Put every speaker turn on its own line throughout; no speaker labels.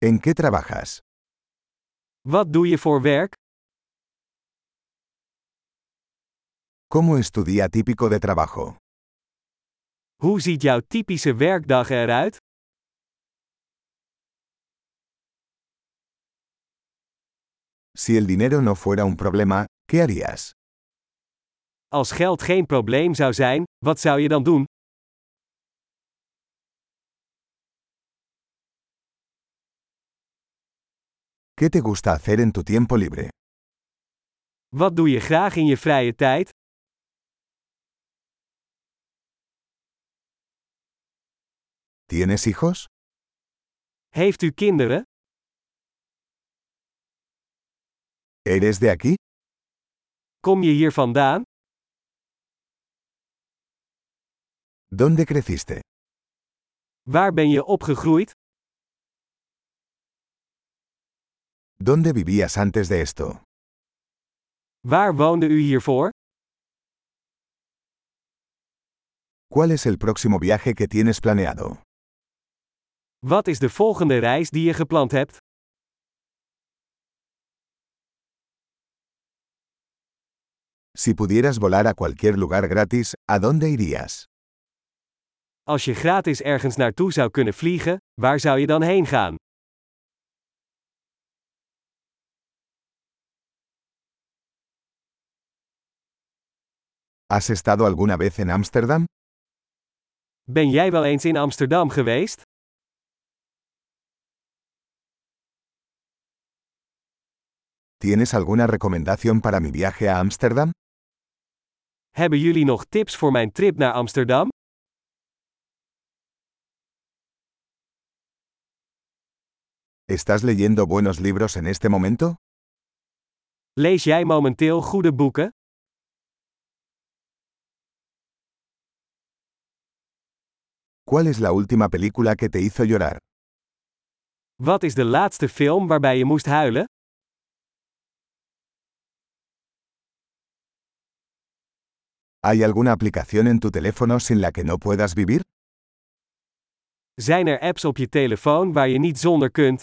¿En qué trabajas?
Wat doe je voor werk?
¿Cómo es tu día típico de trabajo?
Hoe ziet jouw typische werkdag eruit?
Si el dinero no fuera un problema, ¿qué harías?
Als geld geen probleem zou zijn, wat zou je dan doen?
¿Qué te gusta hacer en tu tiempo libre?
Wat doe je graag in je vrije tijd?
¿Tienes hijos?
Heeft u kinderen?
¿Eres de aquí?
Kom je hier vandaan?
¿Dónde creciste?
Waar ben je opgegroeid?
¿Dónde vivías antes de esto?
Waar woonde u hiervoor?
¿Cuál es el próximo viaje que tienes planeado?
Wat is de volgende reis die je gepland hebt?
Si pudieras volar a cualquier lugar gratis, ¿a dónde irías?
Als je gratis ergens naartoe zou kunnen vliegen, waar zou je dan heen gaan?
¿Has estado alguna vez en Ámsterdam?
Ben jij wel eens in Amsterdam geweest?
¿Tienes alguna recomendación para mi viaje a Ámsterdam?
Hebben jullie nog tips voor mijn trip naar Amsterdam?
¿Estás leyendo buenos libros en este momento?
Lees jij momenteel goede boeken?
¿Cuál es la última película que te hizo llorar?
Wat is de laatste film waarbij je moest huilen?
¿Hay alguna aplicación en tu teléfono sin la que no puedas vivir?
Zijn er apps op je telefoon waar je niet zonder kunt?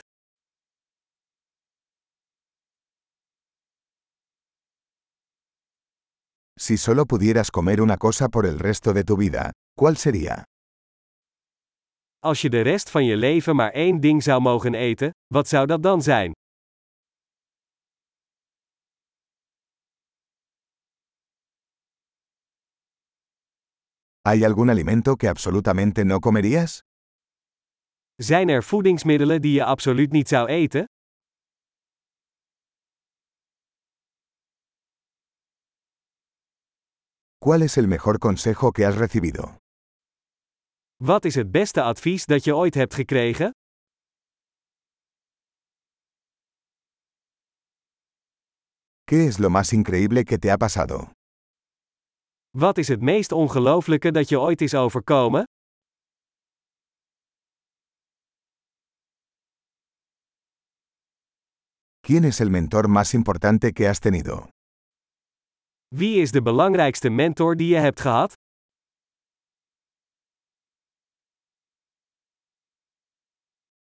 Si solo pudieras comer una cosa por el resto de tu vida, ¿cuál sería?
Als je de rest van je leven maar één ding zou mogen eten, wat zou dat dan zijn?
¿Hay algún alimento que absolutamente no comerías?
Zijn er voedingsmiddelen die je absoluut niet zou eten?
¿Cuál es el mejor consejo que has recibido?
Wat is het beste advies dat je ooit hebt gekregen?
¿Qué es lo más increíble que te ha pasado?
Wat is het meest ongelooflijke dat je ooit is overkomen?
¿Quién es el mentor más importante que has tenido?
Wie is de belangrijkste mentor die je hebt gehad?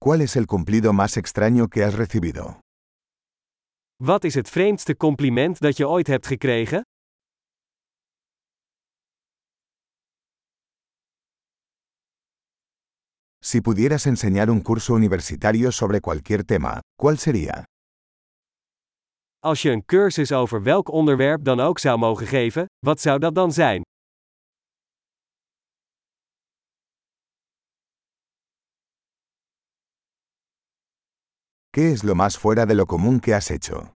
¿Cuál es el cumplido más extraño que has recibido?
Wat is het vreemdste compliment dat je ooit hebt gekregen?
Si pudieras enseñar un curso universitario sobre cualquier tema, ¿cuál sería?
Als je een cursus over welk onderwerp dan ook zou mogen geven, wat zou dat dan zijn?
¿Qué es lo más fuera de lo común que has hecho?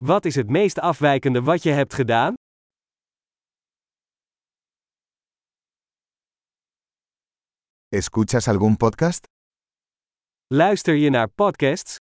Wat is het meest afwijkende wat je hebt gedaan?
¿Escuchas algún podcast?
Luister je naar podcasts?